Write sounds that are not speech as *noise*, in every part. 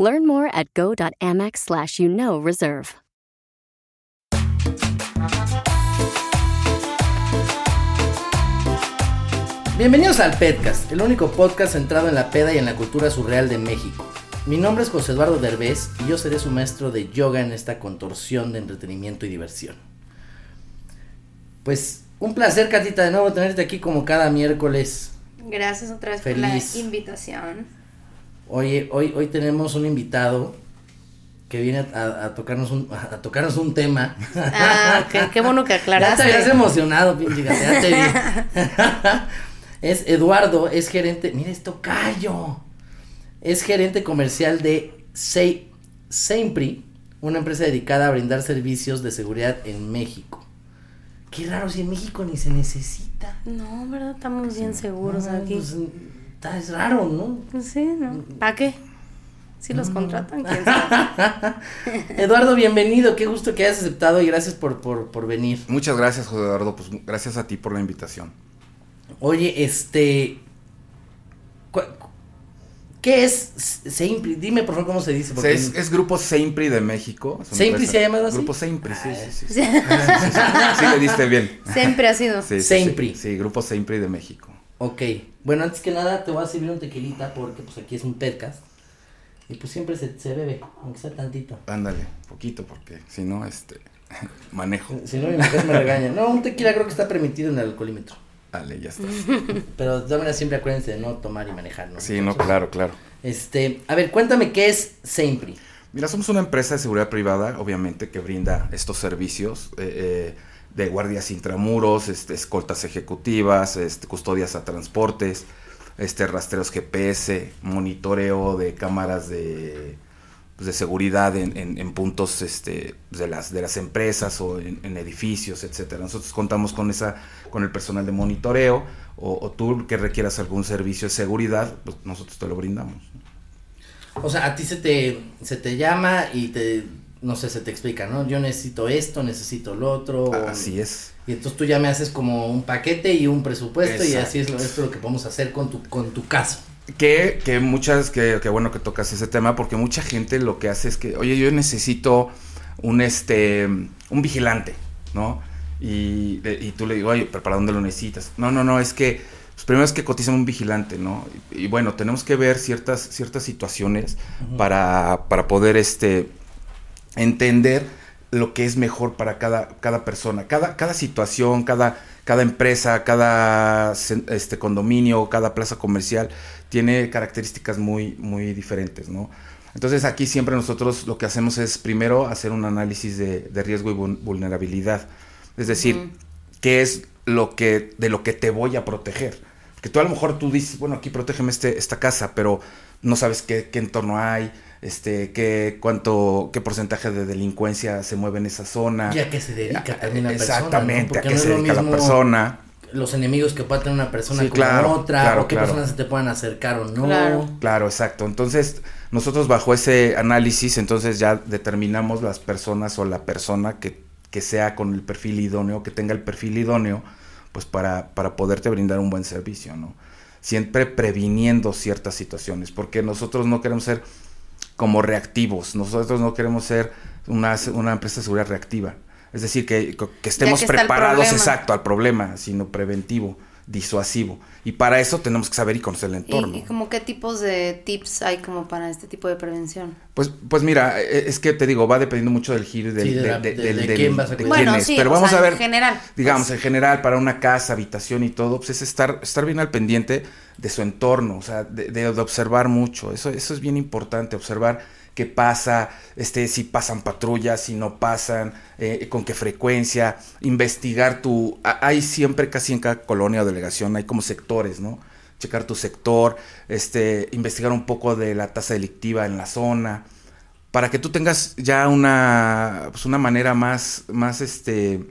Learn more at go.amex slash you know reserve. Bienvenidos al Petcast, el único podcast centrado en la peda y en la cultura surreal de México. Mi nombre es José Eduardo Derbez y yo seré su maestro de yoga en esta contorsión de entretenimiento y diversión. Pues un placer, Catita, de nuevo tenerte aquí como cada miércoles. Gracias otra vez Feliz. por la *laughs* invitación. Oye, hoy, hoy tenemos un invitado que viene a, a tocarnos, un, a tocarnos un tema. Ah, ok, qué bueno que Ya te aclaraste. habías emocionado, pinche gata, ya te *laughs* vi. es Eduardo, es gerente. Mira esto, callo. Es gerente comercial de Se- Seimpri, una empresa dedicada a brindar servicios de seguridad en México. Qué raro, si en México ni se necesita. No, ¿verdad? Estamos bien seguros No, aquí. pues, está- es raro, ¿no? Pues sí, ¿no? ¿Para qué? Si los contratan, *laughs* quién sabe. Eduardo, bienvenido, qué gusto que hayas aceptado y gracias por, por, por venir. Muchas gracias, José Eduardo. Pues gracias a ti por la invitación. Oye, este. cu- cu- ¿Qué es Seimpri? Dime por favor cómo se dice. O porque- sea, es, es Grupo Seimpri de México. Es una ¿Seimpri empresa- se llama así? Grupo Seimpri, sí, *laughs* sí, sí. Sí. Sí, Sí, le diste bien. Siempre ha sido. Sí, sí, Seimpri. Sí, sí, Grupo Seimpri de México. Ok. Bueno, antes que nada te voy a servir un tequilita porque pues aquí es un podcast. Y pues siempre se, se bebe, aunque sea tantito. Ándale, poquito, porque si no, este, *laughs* manejo. Si no, mi mujer me regaña. No, un tequila creo que está permitido en el alcoholímetro. Dale, ya estás. Pero de todas maneras siempre acuérdense de no tomar y manejar, ¿no? Sí, no, Entonces, claro, claro. Este, a ver, cuéntame qué es Seimpri. Mira, somos una empresa de seguridad privada, obviamente, que brinda estos servicios eh, eh, de guardias intramuros, este, escoltas ejecutivas, este, custodias a transportes, este, rastreos GPS, monitoreo de cámaras de, pues, de seguridad en, en- en puntos este, de, las, de las empresas o en, en edificios, etcétera. Nosotros contamos con esa, con el personal de monitoreo o, o tú que requieras algún servicio de seguridad, pues nosotros te lo brindamos. O sea, a ti se te, se te llama y te, no sé, se te explica, ¿no? Yo necesito esto, necesito lo otro. o- Así es. Y entonces tú ya me haces como un paquete y un presupuesto y Exacto. así es lo, esto es lo que podemos hacer con tu, con tu caso. Que, que muchas, que, que bueno que tocas ese tema, porque mucha gente lo que hace es que, oye, yo necesito un este un vigilante, ¿no? Y, de- y tú le digo, oye, pero ¿para dónde lo necesitas? No, no, no, es que pues, primero es que coticen un vigilante, ¿no? Y, y bueno, tenemos que ver ciertas, ciertas situaciones para, para poder este entender lo que es mejor para cada, cada persona, cada, cada situación, cada, cada empresa, cada cen- este, condominio, cada plaza comercial tiene características muy, muy diferentes, ¿no? Entonces aquí siempre nosotros lo que hacemos es primero hacer un análisis de, de riesgo y vul- vulnerabilidad. Es decir, qué es lo que, de lo que te voy a proteger. Porque tú a lo mejor tú dices, bueno, aquí protégeme este, esta casa, pero no sabes qué, qué entorno hay, este, qué, cuánto, qué porcentaje de delincuencia se mueve en esa zona. Y a qué se dedica también la persona. ¿no? Ah. Exactamente, Porque a qué no se es lo dedica la mismo persona. Los enemigos que pueda tener una persona Sí, con la claro, otra, claro, o qué claro. personas se te puedan acercar o no. Claro. Claro, exacto. Entonces, nosotros bajo ese análisis, entonces ya determinamos las personas o la persona que, que sea con el perfil idóneo, que tenga el perfil idóneo, pues para, para poderte brindar un buen servicio, ¿no? Siempre previniendo ciertas situaciones, porque nosotros no queremos ser como reactivos, nosotros no queremos ser una, una empresa de seguridad reactiva. Es decir, que, que estemos que está el preparados, problema. exacto, al problema, sino preventivo, disuasivo. Y para eso tenemos que saber y conocer el entorno. ¿Y, y como qué tipos de tips hay como para este tipo de prevención? Pues, pues mira, e- es que te digo, va dependiendo mucho del giro y del, Sí, de del- la- del- de- de del- quién vas a de cuidar. quién Bueno, es. sí, Pero o vamos sea, a ver, en general, digamos, pues. en general, para una casa, habitación y todo, pues es estar, estar bien al pendiente de su entorno, o sea, de, de- de observar mucho. Eso, eso es bien importante, observar qué pasa, este, si pasan patrullas, si no pasan, eh, con qué frecuencia, investigar tu... a- Hay siempre, casi en cada colonia o delegación, hay como sectores, ¿no? Checar tu sector, este, investigar un poco de la tasa delictiva en la zona, para que tú tengas ya una, pues una manera más, más este,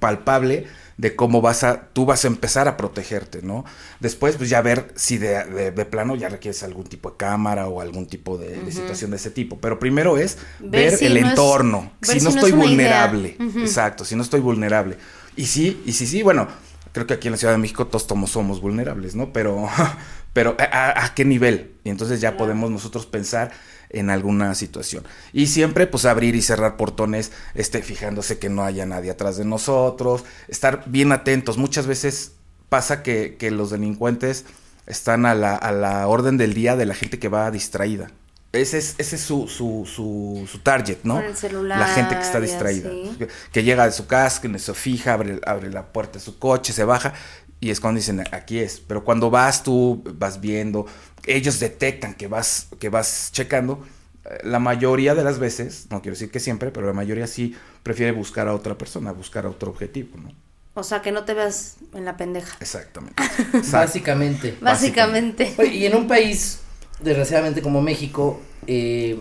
palpable de cómo vas a, tú vas a empezar a protegerte, ¿no? Después, pues ya ver si de, de- de plano ya requieres algún tipo de cámara o algún tipo de, de situación de ese tipo. Pero primero es ver, Ver si el no es- entorno, ver si, si no no estoy es una idea. vulnerable, Ujú. exacto, si no estoy vulnerable. Y sí, y sí, sí, bueno, creo que aquí en la Ciudad de México todos somos, somos vulnerables, ¿no? Pero, *laughs* pero ¿a, a- a qué nivel? Y entonces ya podemos nosotros pensar en alguna situación. Y siempre pues abrir y cerrar portones, este, fijándose que no haya nadie atrás de nosotros, estar bien atentos. Muchas veces pasa que, que los delincuentes están a la, a la orden del día de la gente que va distraída. Ese es, ese es su, su, su, su target, ¿no? Con el celular La gente que está y distraída. así. Que, que llega de su casa, que se fija, abre, abre la puerta de su coche, se baja y es cuando dicen, aquí es. Pero cuando vas tú, vas viendo, ellos detectan que vas, que vas checando. Eh, La mayoría de las veces, no quiero decir que siempre, pero la mayoría sí prefiere buscar a otra persona, buscar a otro objetivo, ¿no? O sea, que no te veas en la pendeja. *laughs* Exactamente. Exacto. Básicamente. Básicamente. Oye, y en un país, desgraciadamente como México, eh,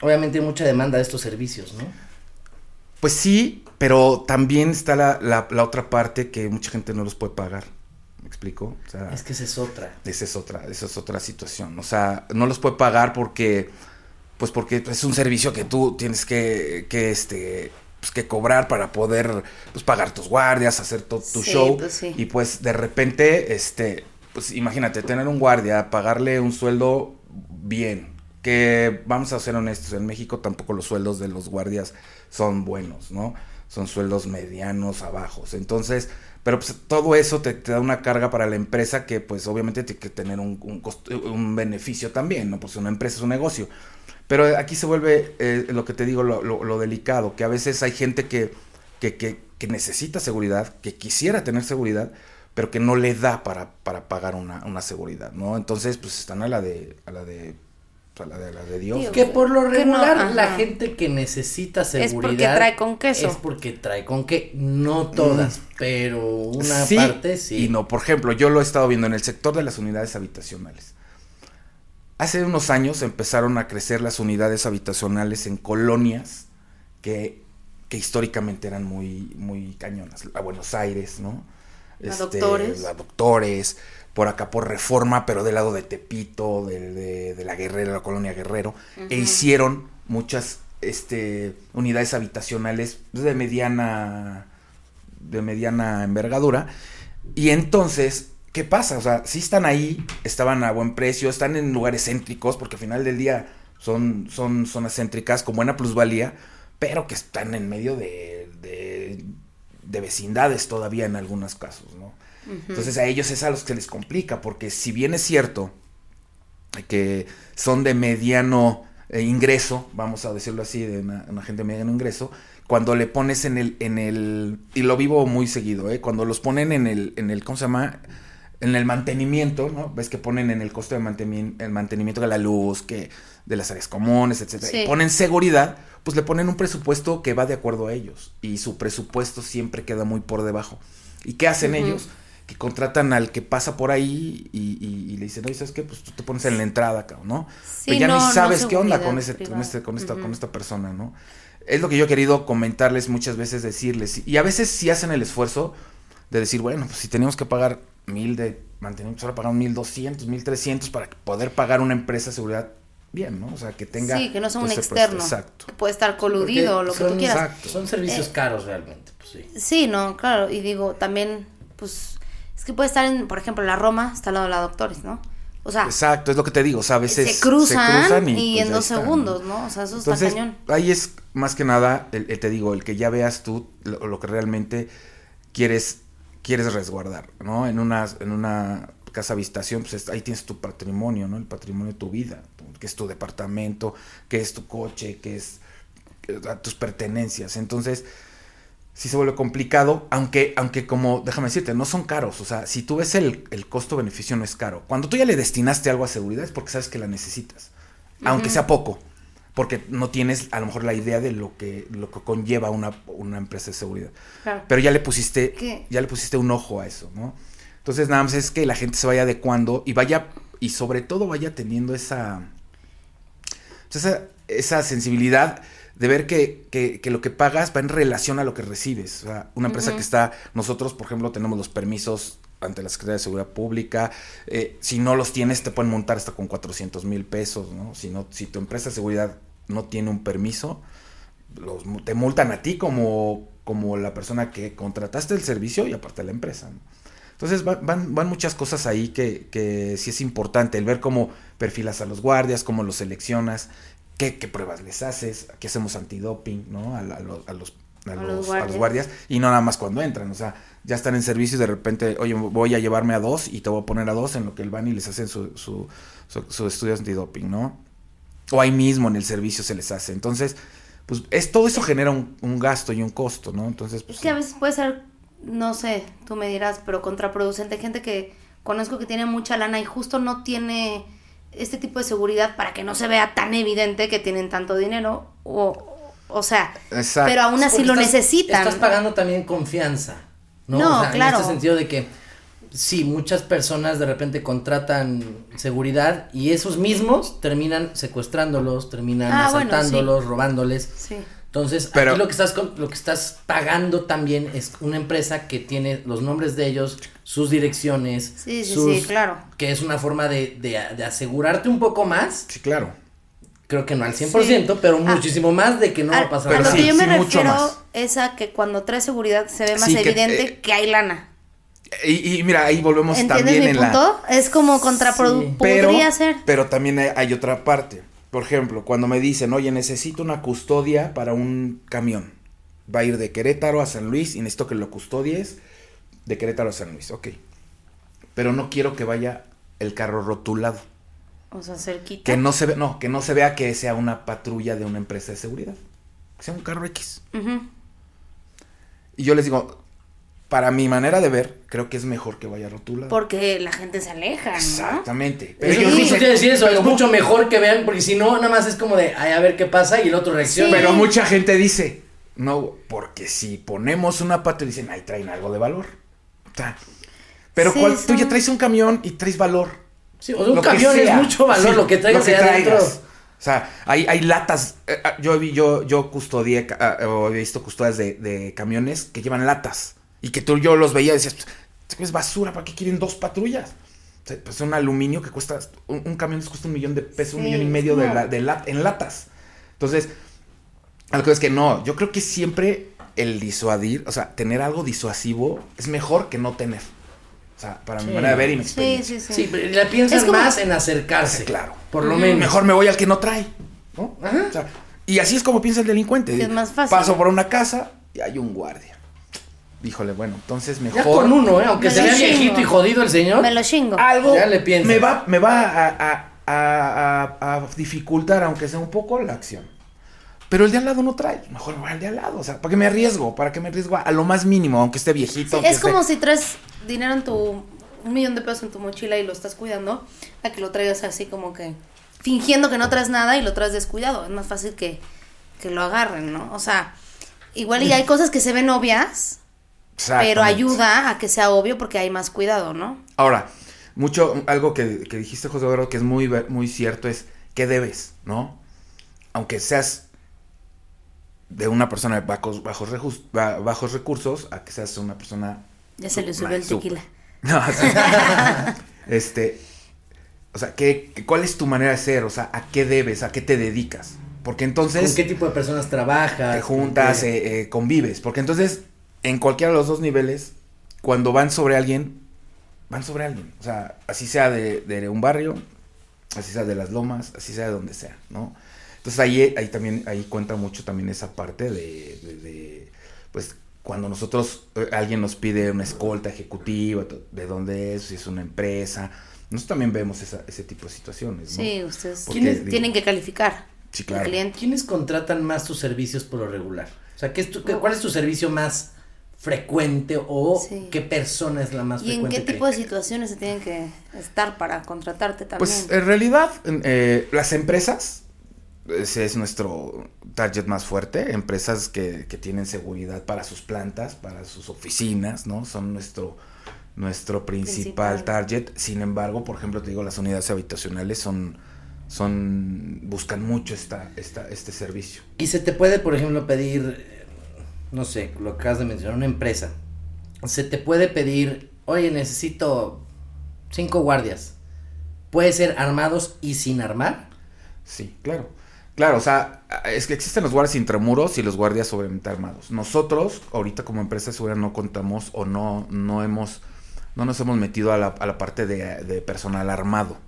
obviamente hay mucha demanda de estos servicios, ¿no? Pues sí, pero también está la, la- la otra parte que mucha gente no los puede pagar. ¿Me explico? O sea, Es que esa es otra. esa es otra, esa es otra situación. O sea, no los puede pagar porque, pues porque es un servicio que tú tienes que, que este, pues que cobrar para poder, pues pagar tus guardias, hacer todo tu Sí, show. pues, sí. Y pues de repente, este, pues imagínate, tener un guardia, pagarle un sueldo bien. Que vamos a ser honestos, en México tampoco los sueldos de los guardias son buenos, ¿no? Son sueldos medianos a bajos. Entonces, pero pues todo eso te, te da una carga para la empresa que pues obviamente tiene que tener un, un, costo- un beneficio también, ¿no? Pues una empresa es un negocio. Pero eh, aquí se vuelve eh, lo que te digo, lo, lo- lo delicado, que a veces hay gente que, que, que- que necesita seguridad, que quisiera tener seguridad, pero que no le da para, para pagar una, una seguridad, ¿no? Entonces, pues están a la de, a la de, a la de, a la de Dios. Digo, Que por lo Que no, regular la ajá. gente que necesita seguridad Es porque trae con queso. Es porque trae con que no todas, pero una Mm. Sí parte sí. Y no, por ejemplo, yo lo he estado viendo en el sector de las unidades habitacionales. Hace unos años empezaron a crecer las unidades habitacionales en colonias que, que históricamente eran muy, muy cañonas. A Buenos Aires, ¿no? Este, La Doctores. La Doctores, por acá por Reforma, pero del lado de Tepito, del- de, de la Guerrera, la colonia Guerrero. E hicieron muchas este, unidades habitacionales pues, de mediana de mediana envergadura. Y entonces, ¿qué pasa? O sea, sí están ahí, estaban a buen precio, están en lugares céntricos, porque al final del día son, son zonas céntricas con buena plusvalía, pero que están en medio de, de, de vecindades todavía en algunos casos, ¿no? Entonces a ellos es a los que les complica, porque si bien es cierto que son de mediano eh, ingreso, vamos a decirlo así, de una, una gente de mediano ingreso, cuando le pones en el, en el, y lo vivo muy seguido, ¿eh? cuando los ponen en el, en el, ¿cómo se llama? En el mantenimiento, ¿no? Ves que ponen en el costo de mantenimiento, el mantenimiento de la luz, que de las áreas comunes, etcétera. Sí. Y ponen seguridad, pues le ponen un presupuesto que va de acuerdo a ellos. Y su presupuesto siempre queda muy por debajo. ¿Y qué hacen ellos? Que contratan al que pasa por ahí y, y- y le dicen, oye, ¿sabes qué? Pues tú te pones en la entrada, cabrón, ¿no? Sí, Pero ya no, ni no sabes qué onda seguridad con, ese, con, privada. este, con, esta, Ujú. con esta persona, ¿no? Es lo que yo he querido comentarles muchas veces, decirles. Y a veces sí hacen el esfuerzo de decir, bueno, pues si tenemos que pagar mil de mantenimiento, ahora pagamos mil doscientos, mil trescientos para poder pagar una empresa de seguridad bien, ¿no? O sea, que tenga... sí, que no sea un todo este externo. proceso. Exacto. Que puede estar coludido o lo que son- tú quieras. Eh. exacto. Son servicios caros realmente, pues sí. Sí, no, claro. Y digo, también, pues, es que puede estar en, por ejemplo, la Roma, está al lado de la Doctores, ¿no? O sea, Exacto, es lo que te digo, o sea, a veces se cruzan, y, pues, en ahí dos está, ¿no? segundos, ¿no? O sea, eso Entonces, está cañón. ahí es más que nada, el, el- te digo, el que ya veas tú lo, lo que realmente quieres, quieres resguardar, ¿no? En una, en una casa habitación, pues es- ahí tienes tu patrimonio, ¿no? El patrimonio de tu vida, tu- que es tu departamento, que es tu coche, que es eh, tus pertenencias. Entonces, sí se vuelve complicado, aunque, aunque como, déjame decirte, no son caros. O sea, si tú ves el, el costo-beneficio no es caro. Cuando tú ya le destinaste algo a seguridad es porque sabes que la necesitas, aunque sea poco, porque no tienes a lo mejor la idea de lo que, lo que conlleva una, una empresa de seguridad. Claro. Pero ya le pusiste, ¿Qué? ya le pusiste un ojo a eso, ¿no? Entonces nada más es que la gente se vaya adecuando y vaya, y sobre todo vaya teniendo esa, pues, esa, esa sensibilidad de ver que, que, que lo que pagas va en relación a lo que recibes. O sea, una empresa que está, nosotros, por ejemplo, tenemos los permisos ante la Secretaría de Seguridad Pública. eh, si no los tienes, te pueden montar hasta con 400 mil pesos, ¿no? Si, no, si tu empresa de seguridad no tiene un permiso, los, mu- te multan a ti como, como la persona que contrataste el servicio y aparte a la empresa. ¿no? Entonces va- van, van muchas cosas ahí que, que sí es importante, el ver cómo perfilas a los guardias, cómo los seleccionas, qué, qué pruebas les haces, aquí hacemos antidoping, ¿no? A, la- a los, a, los, a A los los- a guardias. los guardias y no nada más cuando entran, o sea, ya están en servicio y de repente, oye, voy a llevarme a dos y te voy a poner a dos en lo que el van y les hacen su, su, su, su estudio antidoping, ¿no? O ahí mismo en el servicio se les hace. Entonces, pues es, todo eso genera un, un gasto y un costo, ¿no? Entonces, pues, Es que a veces puede ser, no sé, tú me dirás, pero contraproducente. Gente que conozco que tiene mucha lana y justo no tiene este tipo de seguridad para que no se vea tan evidente que tienen tanto dinero. O, o sea, Exacto. pero aún así Porque lo estás- necesitan. Estás pagando también confianza. No, No, O sea, claro. En este sentido de que sí, muchas personas de repente contratan seguridad y esos mismos terminan secuestrándolos, terminan Ah, bueno, asaltándolos, robándoles. Sí. Entonces, Pero- aquí lo que estás con- lo que estás pagando también es una empresa que tiene los nombres de ellos, sus direcciones, Sí, sí, sus- sí, claro. que es una forma de, de- de asegurarte un poco más, sí, claro. creo que no al 100%, pero Ah. muchísimo más de que no va Al- a pasar a Pero lo nada. que yo me sí, mucho refiero más. es a que cuando trae seguridad se ve más Sí, que, evidente que, eh, hay lana. Y, y mira, ahí volvemos ¿Entiendes también mi en la... punto? Es como contraproducente. Sí. pero, Podría ser. Pero también hay, hay otra parte. Por ejemplo, cuando me dicen, oye, necesito una custodia para un camión. Va a ir de Querétaro a San Luis y necesito que lo custodies de Querétaro a San Luis. Ok. Pero no quiero que vaya el carro rotulado. O sea, cerquita. Que no se ve, no, que no se vea que sea una patrulla de una empresa de seguridad. Que sea un carro X. Ujú. Y yo les digo, para mi manera de ver, creo que es mejor que vaya rotulado. Porque la gente se aleja, ¿no? Exactamente. Pero Pero yo ellos justo dicen- te iba a decir eso, pero es mu- mucho mejor que vean, porque si no, nada más es como de, ay, a ver qué pasa y el otro reacciona. Sí. Pero mucha gente dice, no, porque si ponemos una patrulla, dicen, ahí traen algo de valor. O sea, pero Sí, cuál- tú son- ya traes un camión y traes valor. Sí, o sea, un Lo que camión es sea. mucho valor, Sí, lo que traigas allá adentro. O sea, hay, hay latas. eh, ah, Yo vi, yo, yo custodié ca- ah, o he visto custodias de, de camiones que llevan latas. Y que tú yo los veía y decías, "Esto es basura, ¿para qué quieren dos patrullas? O sea, Pues un aluminio que cuesta, un, un camión les cuesta un millón de pesos, un Sí, millón y es medio de, como- la- de la- en latas. Entonces, algo es que no, yo creo que siempre el disuadir, o sea, tener algo disuasivo es mejor que no tener. O sea, para Sí. mi manera de ver y mi Sí, experiencia. sí, sí. Sí, pero la piensan Es como- más en acercarse. Claro. Por lo menos. Pues Mejor me voy al que no trae, ¿no? Ajá. O sea, y así es como piensa el delincuente. Que es más fácil. Paso por una casa y hay un guardia. Híjole, bueno, entonces Ya mejor. con uno, ¿eh? aunque Me se lo vea chingo. viejito y jodido el señor. Me lo chingo. Algo Ya le piensas. me va, me va a, a- a- a- a dificultar, aunque sea un poco, la acción. Pero el de al lado no trae. Mejor voy al de al lado. O sea, ¿para qué me arriesgo? ¿Para qué me arriesgo a, a lo más mínimo, aunque esté viejito? aunque es esté- como si traes dinero en tu. Un millón de pesos en tu mochila y lo estás cuidando. A que lo traigas así como que. Fingiendo que no traes nada y lo traes descuidado. Es más fácil que, que lo agarren, ¿no? O sea, igual y hay cosas que se ven obvias. Exactamente. Pero ayuda a que sea obvio porque hay más cuidado, ¿no? Ahora, mucho, algo que, que dijiste, José Eduardo, que es muy, ver- muy cierto, es qué debes, ¿no? Aunque seas de una persona de bajos, bajos, rejus- ba- bajos recursos a que seas una persona... *laughs* Ya se le su- subió el más super. tequila. No, sí. este, o sea, ¿qué, qué- ¿cuál es tu manera de ser? O sea, ¿a qué debes? ¿A qué te dedicas? Porque entonces ¿Con qué tipo de personas trabajas? te juntas, ¿Con qué? eh, eh, convives. Porque entonces, en cualquiera de los dos niveles, cuando van sobre alguien, van sobre alguien. O sea, así sea de, de un barrio, así sea de las lomas, así sea de donde sea, ¿no? Entonces ahí, ahí también, ahí cuenta mucho también esa parte de, de- de, pues, cuando nosotros, eh, alguien nos pide una escolta ejecutiva, to- de dónde es, si es una empresa, nosotros también vemos esa- ese tipo de situaciones, ¿no? Sí, ustedes Porque, tienen- digo- tienen que calificar. Sí, al claro. cliente. ¿Quiénes contratan más tus servicios por lo regular? O sea, ¿qué es tu- qué- ¿cuál es tu servicio más frecuente o Sí. qué persona es la más ¿Y en frecuente? qué que- tipo de situaciones se tienen que estar para contratarte también? Pues en realidad, en, eh, las empresas, ese es nuestro target más fuerte, empresas que, que tienen seguridad para sus plantas, para sus oficinas, ¿no? Son nuestro, nuestro principal, Principal. target. Sin embargo, por ejemplo, te digo, las unidades habitacionales son, son buscan mucho esta, esta, este servicio. Y se te puede, por ejemplo, pedir, no sé, lo que acabas de mencionar, una empresa. Se te puede pedir, oye, necesito cinco guardias. ¿Puede ser armados y sin armar? Sí, claro. Claro, o sea, es que existen los guardias intramuros y los guardias obviamente armados. Nosotros, ahorita como empresa de seguridad, no contamos o no, no hemos, no nos hemos metido a la, a la parte de, de, personal armado.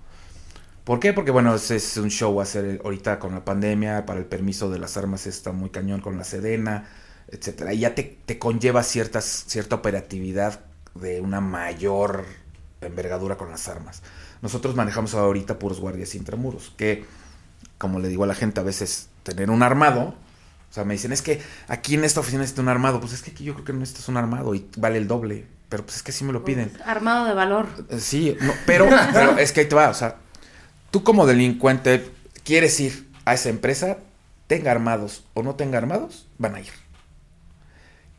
¿Por qué? Porque bueno, es, es un show hacer ahorita con la pandemia, para el permiso de las armas está muy cañón con la sedena, etcétera. Y ya te, te conlleva ciertas, cierta operatividad de una mayor envergadura con las armas. Nosotros manejamos ahorita puros guardias intramuros, que como le digo a la gente, a veces tener un armado. O sea, me dicen, es que aquí en esta oficina está un armado. Pues es que aquí yo creo que no necesitas un armado y vale el doble. Pero pues es que así me lo piden. Armado de valor. Sí, no, pero, pero es que ahí te va. O sea, tú como delincuente quieres ir a esa empresa, tenga armados o no tenga armados, van a ir.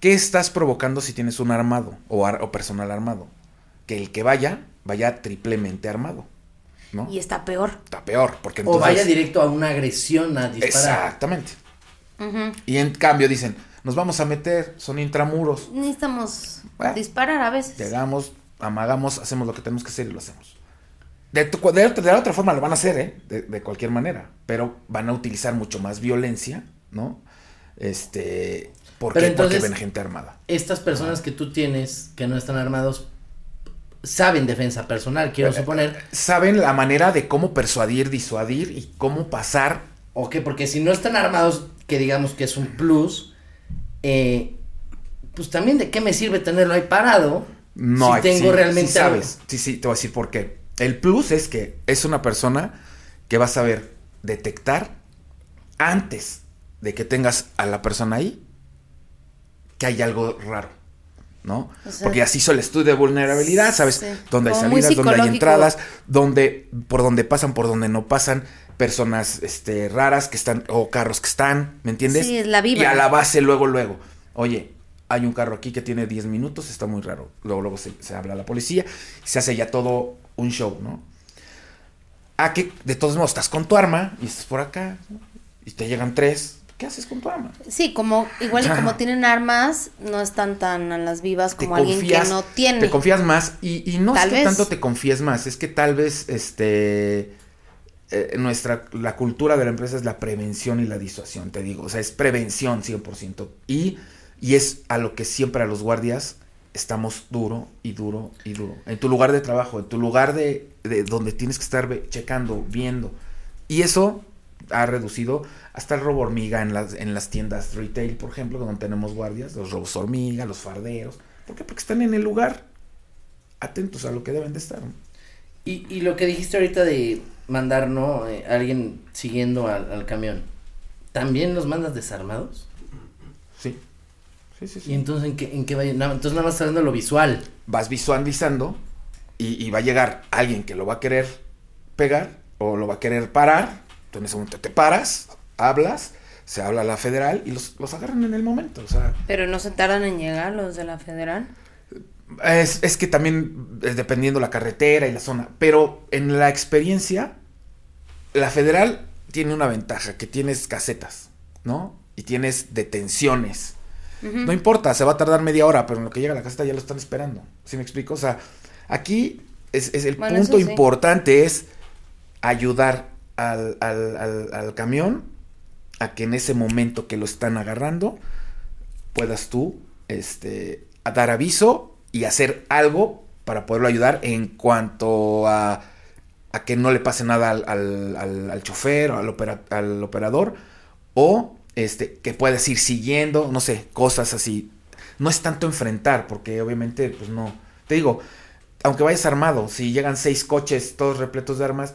¿Qué estás provocando si tienes un armado o, ar o personal armado? Que el que vaya, vaya triplemente armado. ¿no? Y está peor. Está peor, porque entonces... O vaya directo a una agresión a disparar. Exactamente. Uh -huh. Y en cambio dicen, nos vamos a meter, son intramuros. Necesitamos bueno, disparar a veces. Llegamos, amagamos, hacemos lo que tenemos que hacer y lo hacemos. De, tu, de, de la otra forma lo van a hacer, ¿eh? De, de, cualquier manera. Pero van a utilizar mucho más violencia, ¿no? Este... ¿Por qué? Entonces, porque ven gente armada. Estas personas que tú tienes que no están armados, saben defensa personal, quiero suponer. Saben la manera de cómo persuadir, disuadir y cómo pasar. Ok, porque si no están armados, que digamos que es un plus, eh, pues también de qué me sirve tenerlo ahí parado. No, si tengo sí, realmente. Sí sabes, algo. sí, sí, te voy a decir por qué. El plus es que es una persona que va a saber detectar antes de que tengas a la persona ahí que hay algo raro. ¿no? O sea, Porque ya se hizo el estudio de vulnerabilidad, ¿sabes? Sí. Dónde hay salidas, dónde hay entradas, dónde, por dónde pasan, por dónde no pasan, personas este, raras que están, o carros que están, ¿me entiendes? Sí, es la viva. Y a la base luego, luego. Oye, hay un carro aquí que tiene 10 minutos, está muy raro. Luego, luego se, se habla a la policía, y se hace ya todo un show, ¿no? Ah, que de todos modos estás con tu arma y estás por acá y te llegan tres, ¿qué haces con tu arma? Sí, como igual y *laughs* como tienen armas, no están tan a las vivas como confías, alguien que no tiene. Te confías más y, y no tal es que vez. tanto te confíes más, es que tal vez este eh, nuestra la cultura de la empresa es la prevención y la disuasión, te digo, o sea, es prevención 100% y y es a lo que siempre a los guardias estamos duro y duro y duro. En tu lugar de trabajo, en tu lugar de, de donde tienes que estar checando, viendo. Y eso ha reducido hasta el robo hormiga en las, en las tiendas retail, por ejemplo, donde tenemos guardias, los robos hormiga, los farderos. ¿Por qué? Porque están en el lugar atentos a lo que deben de estar. Y, y lo que dijiste ahorita de mandar, ¿no? Eh, alguien siguiendo al, al, camión. ¿También los mandas desarmados? Sí. Sí, sí, sí. ¿Y entonces en qué, en qué va a no, Entonces nada más hablando lo visual. Vas visualizando y, y va a llegar alguien que lo va a querer pegar o lo va a querer parar en ese momento te paras, hablas, se habla a la federal y los, los, agarran en el momento. O sea. Pero no se tardan en llegar los de la federal. Es, es que también es dependiendo la carretera y la zona. Pero en la experiencia, la federal tiene una ventaja, que tienes casetas, ¿no? Y tienes detenciones. Uh -huh. No importa, se va a tardar media hora, pero en lo que llega a la caseta ya lo están esperando. ¿Sí me explico? O sea, aquí es, es el bueno, punto sí. importante es ayudar al, al, al, al, camión a que en ese momento que lo están agarrando puedas tú este, a dar aviso y hacer algo para poderlo ayudar en cuanto a, a que no le pase nada al, chofer o opera, al, operador o este, que puedas ir siguiendo, no sé, cosas así. No es tanto enfrentar porque obviamente pues no. Te digo, aunque vayas armado, si llegan seis coches todos repletos de armas,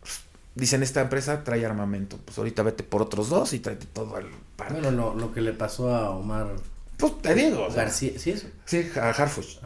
pues, dicen esta empresa trae armamento. Pues ahorita vete por otros dos y tráete todo al parque. Bueno, lo, lo, que le pasó a Omar. Pues te digo. O García, ¿sí eso? Sí, a Harfush.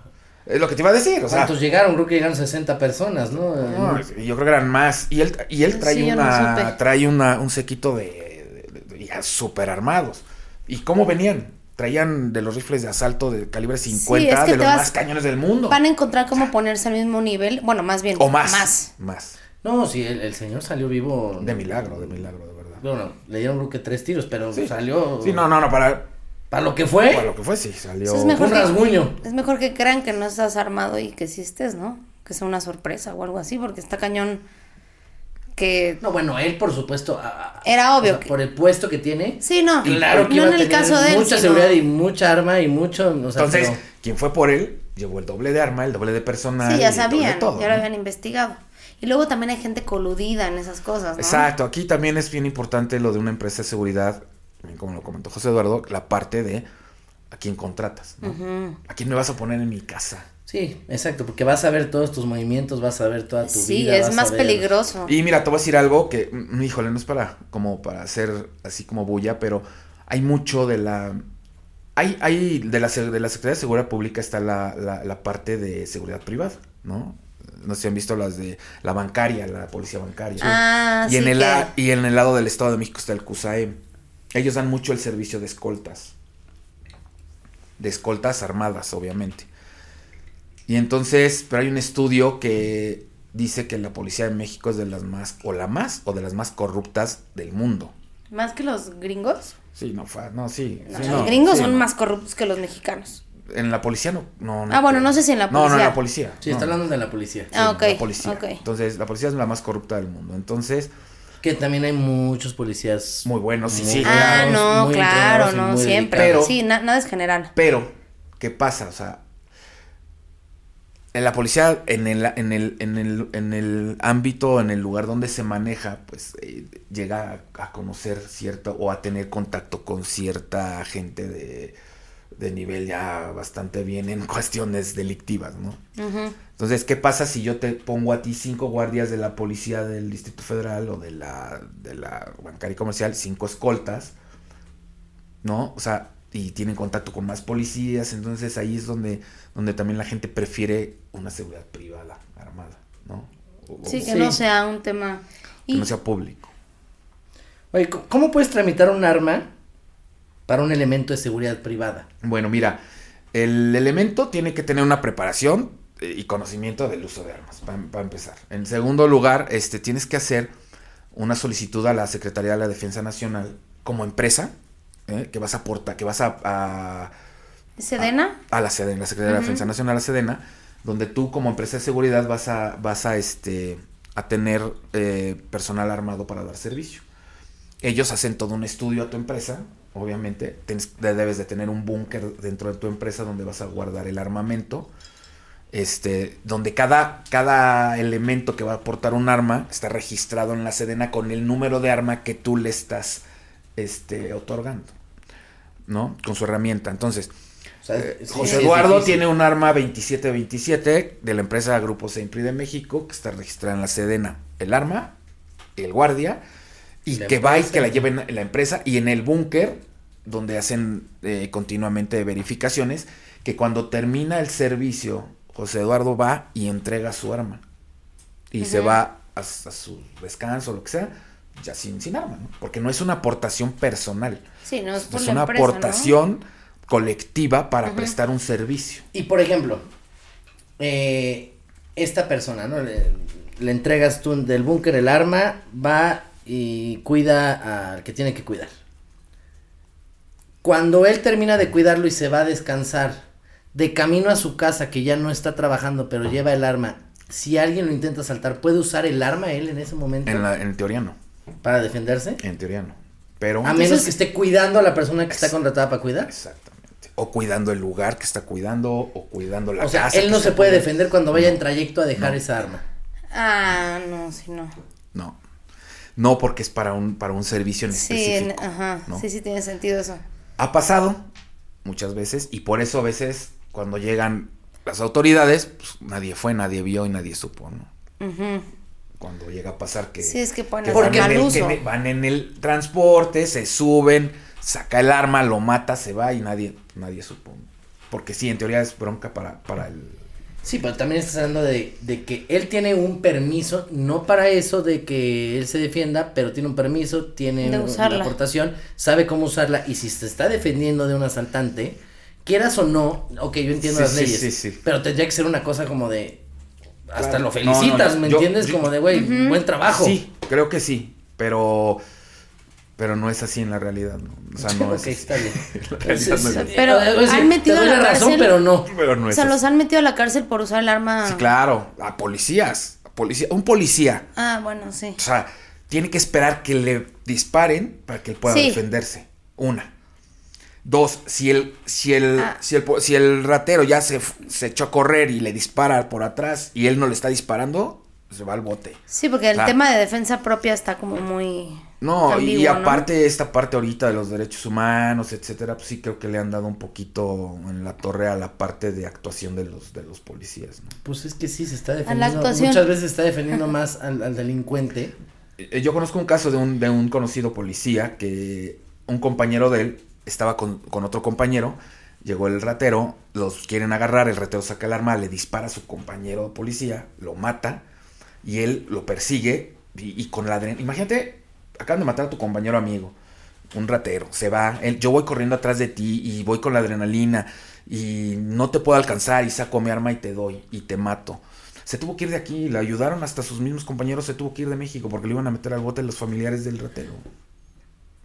Es lo que te iba a decir, o sea. ¿Cuántos llegaron? Creo que llegaron 60 personas, ¿no? no yo creo que eran más. Y él, y él trae sí, una, no trae una, un sequito de, de, de, de super armados. ¿Y cómo venían? traían de los rifles de asalto de calibre 50, sí, es que de los vas, más cañones del mundo. Van a encontrar cómo ponerse al mismo nivel, bueno, más bien. O más. Más. más. No, sí, el, el señor salió vivo. De milagro, de milagro, de verdad. Bueno, le dieron creo que tres tiros, pero salió. Sí, no, no, no, para, Para lo que fue. para lo que fue, sí, salió. Eso es mejor un que- rasguño. Es mejor que crean que no estás armado y que sí estés, ¿no? Que sea una sorpresa o algo así, porque está cañón que... No, bueno, él por supuesto. a- a- Era obvio que- por el puesto que tiene. Sí, no. Claro que no iba en a el tener caso de él, mucha sino- seguridad y mucha arma y mucho. o sea, Entonces, pero- quien fue por él, llevó el doble de arma, el doble de personal. Sí, y ya el doble de sabían, todo, ya lo ¿no? habían investigado. Y luego también hay gente coludida en esas cosas, ¿no? Exacto, aquí también es bien importante lo de una empresa de seguridad, también como lo comentó José Eduardo, la parte de a quién contratas, ¿no? Mm. ¿A quién me vas a poner en mi casa? sí, exacto, porque vas a ver todos tus movimientos, vas a ver toda tu Sí, vida. es vas más a ver- peligroso. Y mira, te voy a decir algo que, mm, híjole, no es para como para hacer así como bulla, pero hay mucho de la... Hay, hay de, la, se- de la Secretaría de Seguridad Pública está la, la- la parte de seguridad privada, ¿no? No sé si han visto las de la bancaria, la policía bancaria. Ah, y, sí en el, que- la- y en el lado del Estado de México está el CUSAEM. Ellos dan mucho el servicio de escoltas. De escoltas armadas, obviamente. Y entonces, pero hay un estudio que dice que la policía de México es de las más, o la más, o de las más corruptas del mundo. ¿Más que los gringos? Sí, no, fa- no, sí. No, sí, los no, gringos sí, son no. más corruptos que los mexicanos. En la policía no. no, Ah, bueno, no sé si en la No, no, en policía. la policía. Sí, no. está hablando de la policía. Ah, Sí, ok, La policía. ok. Entonces, la policía es la más corrupta del mundo. Entonces, Que también hay muchos policías. Muy buenos, sí, muy sí. Ah, buenos, no, muy claro, entrenados y no, muy siempre. Pero- sí, na- nada es general. Pero, ¿qué pasa? O sea, en la policía, en el, en el, en el, en el ámbito, en el lugar donde se maneja, pues eh, llega a, a conocer cierta o a tener contacto con cierta gente de, de nivel ya bastante bien en *laughs* cuestiones delictivas, ¿no? Ujú. Entonces, ¿qué pasa si yo te pongo a ti cinco guardias de la policía del Distrito Federal o de la, de la bancaria comercial, cinco escoltas, ¿no? O sea, y tienen contacto con más policías, entonces ahí es donde, donde también la gente prefiere una seguridad privada, armada, ¿no? O- o Sí, que Sí. no sea un tema. que Y no sea público. Oye, ¿cómo- ¿cómo puedes tramitar un arma para un elemento de seguridad privada? Bueno, mira, el elemento tiene que tener una preparación eh, y conocimiento del uso de armas, para empezar. En segundo lugar, este, tienes que hacer una solicitud a la Secretaría de la Defensa Nacional como empresa, ¿eh? que vas a aportar, que vas a- a Sedena, a la SEDENA, la Secretaría de la Defensa Nacional, la SEDENA, donde tú como empresa de seguridad vas a, vas a, este, a tener eh, personal armado para dar servicio. Ellos hacen todo un estudio a tu empresa, obviamente, tienes- de- debes de tener un búnker dentro de tu empresa donde vas a guardar el armamento, este, donde cada, cada elemento que va a aportar un arma está registrado en la SEDENA con el número de arma que tú le estás este, otorgando, ¿no? Con su herramienta. Entonces, O sea, eh, sí, José es Eduardo difícil. tiene un arma 2727 de la empresa Grupo Sempri de México que está registrada en la Sedena. El arma, el guardia, y La que va y empresa. que la lleven en la empresa y en el búnker donde hacen eh, continuamente verificaciones que cuando termina el servicio José Eduardo va y entrega su arma y se Ujú. va a, a su descanso lo que sea ya sin, sin arma ¿no? porque no es una aportación personal sí, Pues, no es por es la una empresa, ¿no? aportación colectiva para prestar un servicio. Y por ejemplo, eh, esta persona, ¿no? Le, le entregas tú del búnker el arma, va y cuida al que tiene que cuidar. Cuando él termina de cuidarlo y se va a descansar, de camino a su casa que ya no está trabajando pero lleva el arma, si alguien lo intenta saltar, ¿puede usar el arma él en ese momento En, la, en teoría no, para defenderse? en teoría no. Pero... A menos que esté cuidando a la persona que está contratada para cuidar. Exactamente. O cuidando el lugar que está cuidando, o cuidando la O sea, casa él que no está se puede cuidando. defender cuando vaya en trayecto a dejar esa arma. Ah, no, sí, no. No. No, porque es para un, para un servicio en Sí, en- específico. ajá, ¿no? sí, sí tiene sentido eso. Ha pasado muchas veces, y por eso a veces cuando llegan las autoridades, pues, nadie fue, nadie vio y nadie supo, ¿no? Ujú. Cuando llega a pasar que... Sí, es que ponen que Porque van, mal en el, uso. que van en el transporte, se suben, saca el arma, lo mata, se va y nadie, nadie supo. Porque sí, en teoría es bronca para, para el. Sí, pero también estás hablando de, de que él tiene un permiso, no para eso de que él se defienda, pero tiene un permiso, tiene De un- usarla. una aportación, sabe cómo usarla y si se está defendiendo de un asaltante, quieras o no, ok, yo entiendo Sí, las sí, leyes, sí, sí. pero tendría que ser una cosa como de hasta Claro. lo No, no, no. felicitas, ¿me Yo- entiendes? yo- Como de, güey, buen trabajo. Sí, creo que sí, pero pero no es así en la realidad, ¿no? O sea, Ah, *laughs* no Ok, es así. está bien. *laughs* La realidad no es así. Pero, Eh, ¿han metido te doy a la la razón, cárcel? pero no. Pero no O es sea, así. los ah. han metido a la cárcel por usar el arma. Sí, claro, a policías, a policía, un policía, Ah, bueno, sí. o sea, tiene que esperar que le disparen para que él pueda Sí. defenderse. Una. Dos, si el si el Ah. si el po- si el ratero ya se f- se echó a correr y le dispara por atrás y él no le está disparando, se va al bote. Sí, porque el Claro. tema de defensa propia está como muy. No, y ambiguo, ¿no? aparte esta parte ahorita de los derechos humanos, etcétera, pues sí creo que le han dado un poquito en la torre a la parte de actuación de los de los policías, ¿no? Pues es que sí, se está defendiendo. actuación. Muchas veces se está *laughs* defendiendo más al, al delincuente. Eh, Yo conozco un caso de un, de un conocido policía que un compañero de él estaba con, con otro compañero, llegó el ratero, los quieren agarrar, el ratero saca el arma, le dispara a su compañero policía, lo mata y él lo persigue y, y con la adrenalina. Imagínate, acaban de matar a tu compañero amigo, un ratero, se va, él, yo voy corriendo atrás de ti y voy con la adrenalina y no te puedo alcanzar y saco mi arma y te doy y te mato. Se tuvo que ir de aquí, le ayudaron hasta sus mismos compañeros, se tuvo que ir de México porque le iban a meter al bote los familiares del ratero.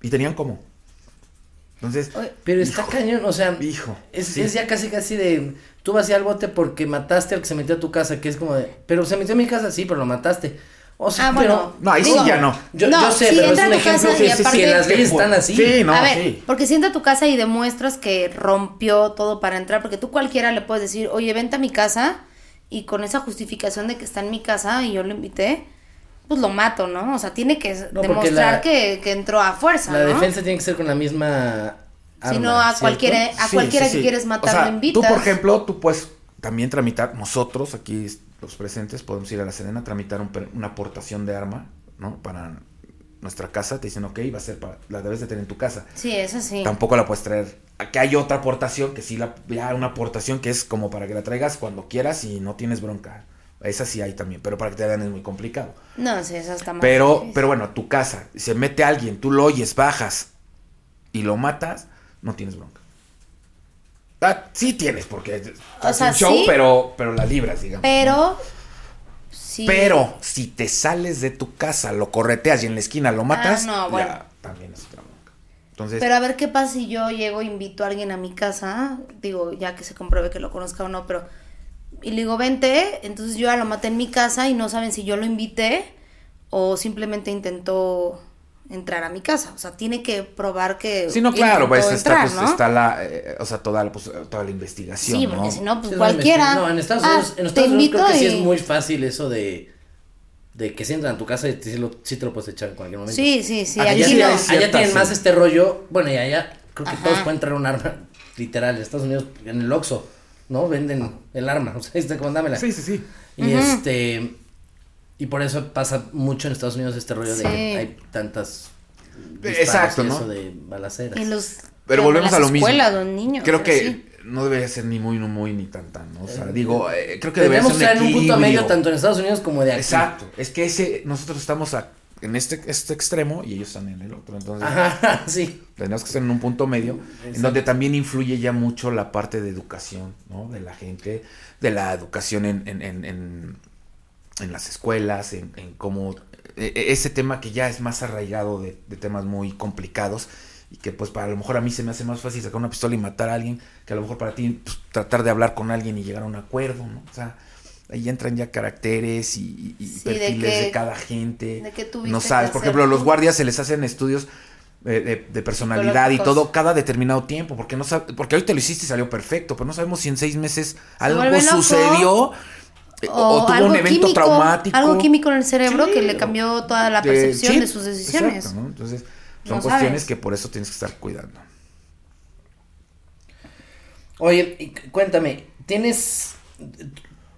Y tenían cómo. Entonces, Oye, Pero está cañón, o sea, hijo. es, sí. es ya casi casi de. Tú vas ya al bote porque mataste al que se metió a tu casa, que es como de. Pero se metió a mi casa, sí, pero lo mataste. O sea, Ah, pero. bueno. No, ahí sí Digo, ya no. Yo, No, yo sé, sí, pero es entra un a tu ejemplo casa que, y sí, sí, aparte- que las leyes están así. Sí, no, a ver, sí. porque si entra a tu casa y demuestras que rompió todo para entrar, porque tú cualquiera le puedes decir, oye, vente a mi casa, y con esa justificación de que está en mi casa y yo lo invité, pues lo mato, ¿no? O sea, tiene que No, porque demostrar la- que, que entró a fuerza, La ¿no? defensa tiene que ser con la misma. Si arma, no, a ¿cierto? cualquiera- eh, a Sí, cualquiera sí, que sí. quieres matar O sea, lo invitas. Tú, por ejemplo, tú puedes también tramitar, nosotros aquí los presentes podemos ir a la Sedena a tramitar un per- una aportación de arma, ¿no? Para nuestra casa, te dicen, ok, va a ser para, la debes de tener en tu casa. Sí, eso sí. Tampoco la puedes traer. Aquí hay otra aportación que sí, la, ya una aportación que es como para que la traigas cuando quieras y no tienes bronca. Esa sí hay también, pero para que te hagan es muy complicado. No, sí, eso está mal. Pero, pero bueno, a tu casa, se mete alguien, tú lo oyes, bajas y lo matas, no tienes bronca. Ah, sí tienes, porque es O es sea, un show, sí. pero, pero la libras, digamos. ¿no? Pero. Sí. Pero si te sales de tu casa, lo correteas y en la esquina lo matas, Ah, no, ya bueno. también es otra bronca. Entonces, Pero a ver qué pasa si yo llego, e invito a alguien a mi casa, digo, ya que se compruebe que lo conozca o no, pero. Y le digo, vente, entonces yo ya lo maté en mi casa y no saben si yo lo invité o simplemente intentó entrar a mi casa. O sea, tiene que probar que. sí, no, claro, intentó pues está, entrar, pues, ¿no? está la, eh, o sea, toda la, pues, toda la investigación, Sí, porque ¿no? si no, pues Sí, no, en cualquiera. este- No, en Estados Ah, Unidos, en te Estados Unidos creo invito que sí y- es muy fácil eso de, de que si entran a tu casa y te- sí, lo, sí te lo puedes echar en cualquier momento. Sí, sí, sí, allá, aquí Ah, sí no. hay- allá Cierta, tienen sí. más este rollo, bueno, y allá creo que Ajá. todos pueden traer un arma, *laughs* literal, en Estados Unidos, en el Oxxo, ¿no? Venden el arma, *laughs* o sea, este, como, dámela. Sí, sí, sí. Y este, y por eso pasa mucho en Estados Unidos este rollo de Sí. que hay tantas disparos Exacto, y ¿no? eso de balaceras. en los- Pero en volvemos las a lo mismo. escuelas, los niños, pero creo que sí. no debería ser ni muy, ni muy, ni tan, tan. ¿no? O sea, digo, eh, creo que debería Debemos ser un traer un punto medio equilibrio. tanto en Estados Unidos como de aquí. Exacto. Es que ese, nosotros estamos a- en este, este extremo y ellos están en el otro. Entonces, Ajá, *laughs* sí. tenemos que estar en un punto medio en donde también influye ya mucho la parte de educación, ¿no? De la gente, de la educación en, en, en, en- en las escuelas, en, en cómo... e- e- Ese tema que ya es más arraigado de, de temas muy complicados y que pues para a lo mejor a mí se me hace más fácil sacar una pistola y matar a alguien que a lo mejor para ti pues, tratar de hablar con alguien y llegar a un acuerdo, ¿no? O sea, ahí entran ya caracteres y, y- y Sí, de perfiles de, que- cada gente. de que tuviste no que sabes, por hacer ejemplo, los tú. guardias se les hacen estudios eh, de, de personalidad y Psicológicos. todo cada determinado tiempo, porque no sab- porque hoy te lo hiciste y salió perfecto, pero no sabemos si en seis meses algo vuelve loco, sucedió eh, o, o tuvo un evento químico, traumático. Algo químico en el cerebro Sí, que le o- cambió toda la de- percepción sí, de sus decisiones. exacto, ¿no? Entonces, son No cuestiones sabes. que por eso tienes que estar cuidando. Oye, y cu- cuéntame, ¿tienes.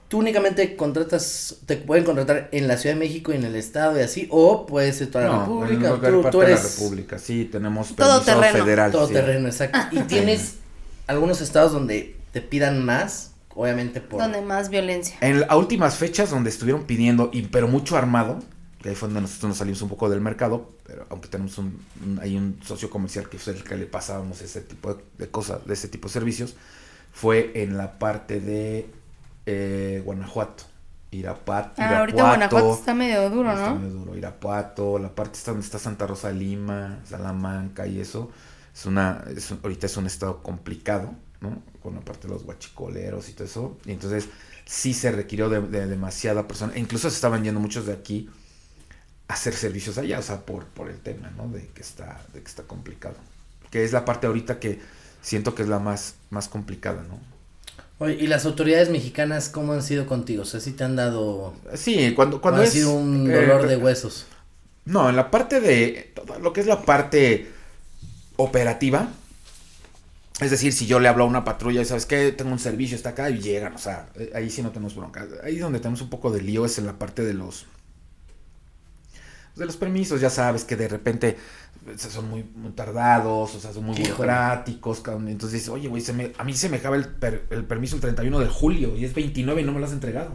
¿Tú únicamente contratas, te pueden contratar en la Ciudad de México y en el Estado y así? ¿O puedes ser toda la No, en República? cualquier Tú, parte tú de la eres República, sí, tenemos Todo permiso terreno. federal. todo sí. terreno, exacto. ¿Y tienes algunos estados donde te pidan más? Obviamente por... Donde más violencia. En la- a últimas fechas donde estuvieron pidiendo, y, pero mucho armado, que ahí fue donde nosotros nos salimos un poco del mercado, pero aunque tenemos un, un- hay un socio comercial que es el que le pasábamos ese tipo de, de cosas, de ese tipo de servicios, fue en la parte de eh, Guanajuato. Irapat- Irapuato. Ah, ahorita Guanajuato está medio duro, Está ¿no? medio duro. Irapuato, la parte esta donde está Santa Rosa de Lima, Salamanca y eso. Es una, es un- ahorita es un estado complicado, ¿no? Con la parte de los guachicoleros y todo eso. Y entonces sí se requirió de, de demasiada persona. E incluso se estaban yendo muchos de aquí a hacer servicios allá, o sea, por, por el tema, ¿no? De que está, de que está complicado. Que es la parte ahorita que siento que es la más, más complicada, ¿no? Oye, ¿y las autoridades mexicanas cómo han sido contigo? O sea, si te han dado... Sí, cuando, cuando ha es, sido un eh, dolor de huesos. No, en la parte de. todo Lo que es la parte operativa. Es decir, si yo le hablo a una patrulla y sabes que tengo un servicio, está acá y llegan. O sea, eh, ahí sí no tenemos bronca. Ahí donde tenemos un poco de lío es en la parte de los. De los permisos, ya sabes que de repente eh, son muy, muy tardados, o sea, son muy Híjole. burocráticos. cabrón. Entonces dices, oye, güey, se me- a mí se me acaba el, per- el permiso el 31 de julio y es 29 y no me lo has entregado.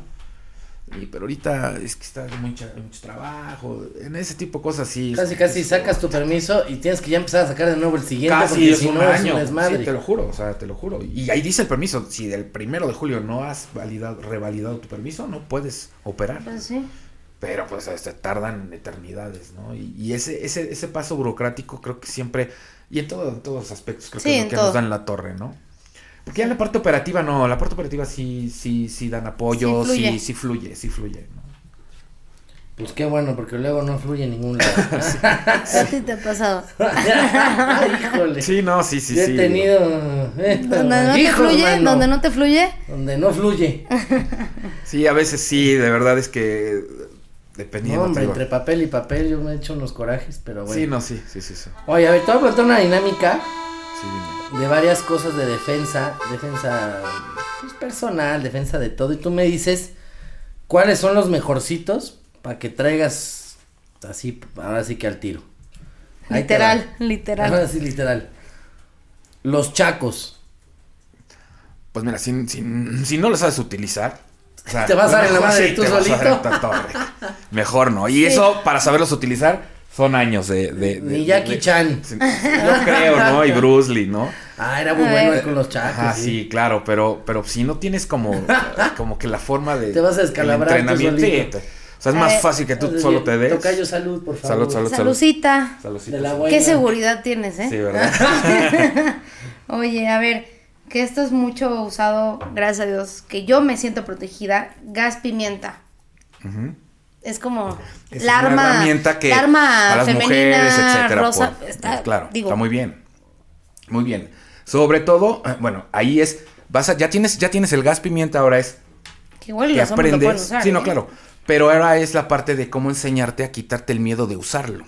Y, pero ahorita es que está mucha, mucho trabajo, en ese tipo de cosas sí. es- Casi, casi es- sacas tu permiso y tienes que ya empezar a sacar de nuevo el siguiente. Casi porque es si un no es año. un desmadre. Sí, te lo juro, o sea, te lo juro. Y ahí dice el permiso, si del primero de julio no has validado, revalidado tu permiso, no puedes operar. Ah, Pues sí. Pero pues este, tardan eternidades, ¿no? Y, y ese, ese, ese paso burocrático creo que siempre, y en, todo, en todos los aspectos creo Sí, que es en lo que todo. nos dan la torre, ¿no? Porque ya en la parte operativa no, la parte operativa sí, sí, sí dan apoyo, Sí sí, fluye. sí, fluye, sí fluye, ¿no? Pues qué bueno, porque luego no fluye en ningún *laughs* lado. ¿A ti te ha pasado? *laughs* Híjole. Sí, no, sí, sí, Yo he sí. tenido. eh, Donde no te hijo, fluye, hermano, donde no te fluye, donde no fluye. Sí, a veces sí, de verdad es que eh, No, dependiendo. te hombre, digo. entre papel y papel yo me he hecho unos corajes, pero bueno. Sí, no, sí, sí, sí, sí. Oye, a ver, te voy a plantear una dinámica Sí, dime. de varias cosas de defensa, defensa pues, personal, defensa de todo. Y tú me dices cuáles son los mejorcitos para que traigas así, ahora sí que al tiro. Ahí te va. literal, literal. Ahora sí, literal. Los chacos. Pues mira, si, si- si no lo sabes utilizar. o sea, Te vas a dar en la mejor madre sí, tú te vas a dar en solito. la torre. Mejor no. Y eso, para saberlos utilizar, son años de. de, de- Ni Eh, de- Jackie de- Chan. Sí, Yo creo, *laughs* ¿no? Y Bruce Lee, ¿no? Ah, era muy A bueno ver. él con los chacos. Ajá, sí. sí, claro, pero, pero si no tienes como, como que la forma de. Te vas a el descalabrar tú entrenamiento, sí, solito. Eh, te- o sea, es A más ver. fácil que tú solo te des. Tocayo, salud, por favor. Salud, salud, salud. Salucita. Saludcita, De la salud. buena. Qué seguridad tienes, ¿eh? Sí, ¿verdad? *laughs* Oye, a ver, que esto es mucho usado, gracias a Dios, que yo me siento protegida, gas pimienta. Es como Es la una arma, herramienta que la arma a las femenina, mujeres, etcétera, rosa, pues, está, claro, digo, está muy bien. Muy bien. Sobre todo, eh, bueno, ahí es vas a, ya tienes ya tienes el gas pimienta, ahora es que igual y que los hombres lo pueden aprendes. usar. sí, no, ¿eh? claro, pero ahora es la parte de cómo enseñarte a quitarte el miedo de usarlo.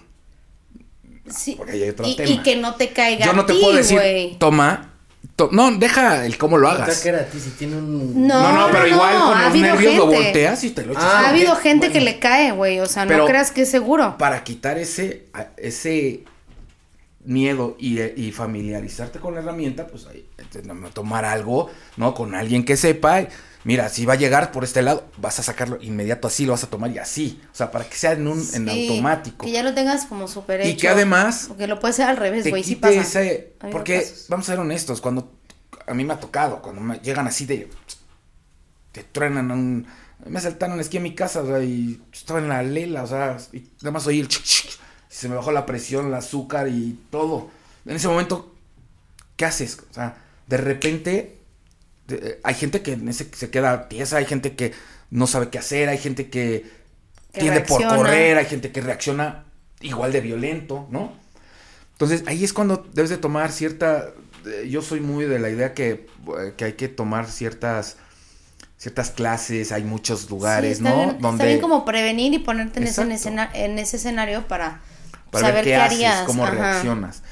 Sí, Porque ahí hay otro y, tema. y que no te caiga Yo no a te ti, puedo decir, güey. toma, to- no, deja el cómo lo hagas. Ataque a ti si tiene un. No, No, no, pero igual no, con ha los habido nervios lo gente. volteas y te lo echas. Ah, ha ok, habido gente que le cae, güey, o sea, no Pero- creas que es seguro. para quitar ese, a- ese miedo y, y familiarizarte con la herramienta, pues ahí, este, no, no, tomar algo, ¿no? Con alguien que sepa. y, Mira, si va a llegar por este lado, vas a sacarlo inmediato así, lo vas a tomar y así. O sea, para que sea en un en Sí, automático. Que ya lo tengas como súper Y hecho. que además Porque lo puedes hacer al revés, te güey, sí quite pasa. ese- Ha habido porque, casos. vamos a ser honestos, cuando a mí me ha tocado, cuando me llegan así de. Te truenan un. Me asaltaron aquí en mi casa, o sea, y yo estaba en la lela, o sea, y nada más oí el. chic, chic, y se me bajó la presión, el azúcar y todo. En ese momento, ¿qué haces? O sea, de repente. de- eh, hay gente que en ese- se queda tiesa, hay gente que no sabe qué hacer, hay gente que, Que tiende reacciona. por correr, hay gente que reacciona igual de violento, ¿no? Entonces ahí es cuando debes de tomar cierta, eh, yo soy muy de la idea que, eh, que hay que tomar ciertas, ciertas clases, hay muchos lugares, Sí, está ¿no? Bien, está Donde bien como prevenir y ponerte en ese, Exacto. escena- en ese escenario para, para saber ver qué, haces, harías. cómo Ajá. reaccionas.